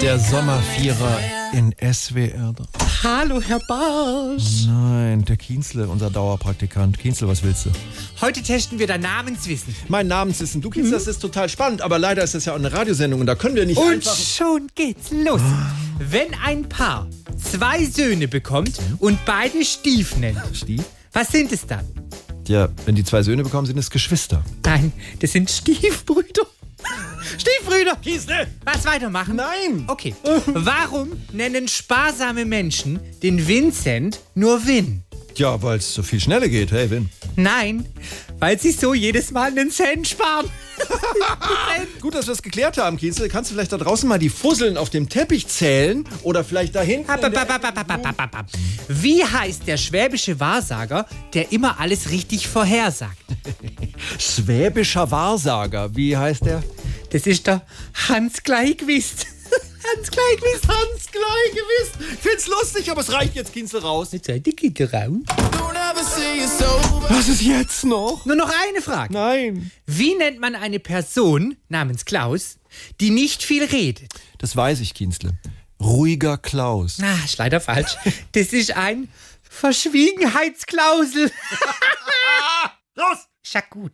der Sommervierer in SWR. Hallo, Herr Barsch. Nein, der Kienzle, unser Dauerpraktikant. Kienzle, was willst du? Heute testen wir dein Namenswissen. Mein Namenswissen. Du, Kienzle, das ist total spannend, aber leider ist das ja auch eine Radiosendung Hm? und da können wir nicht Und einfach... schon geht's los. Wenn ein Paar zwei Söhne bekommt und beide Stief nennt, Stief? was sind es dann? Ja, wenn die zwei Söhne bekommen, sind es Geschwister. Nein, das sind Stiefbrüder. Stiefbrüder! Kienzle! Was weitermachen? Nein! Okay. Warum nennen sparsame Menschen den Vincent nur Vin? Ja, weil es so viel schneller geht. Hey, Win. Nein, weil sie so jedes Mal einen Cent sparen. Gut, dass wir es geklärt haben, Kienzle. Kannst du vielleicht da draußen mal die Fusseln auf dem Teppich zählen? Oder vielleicht da hinten... in der- Papapapapapapapap. Wie heißt der schwäbische Wahrsager, der immer alles richtig vorhersagt? Schwäbischer Wahrsager. Wie heißt der? Das ist der Hans Gleichwist. Hans Gleichwist. Hans Gleichgewiss. Ich find's lustig, aber es reicht jetzt, Kienzle, raus. Jetzt seid ihr Gitter raus. Was ist jetzt noch? Nur noch eine Frage. Nein. Wie nennt man eine Person namens Klaus, die nicht viel redet? Das weiß ich, Kienzle. Ruhiger Klaus. Na, ist leider falsch. Das ist ein Verschwiegenheitsklausel. Los! Ist ja gut.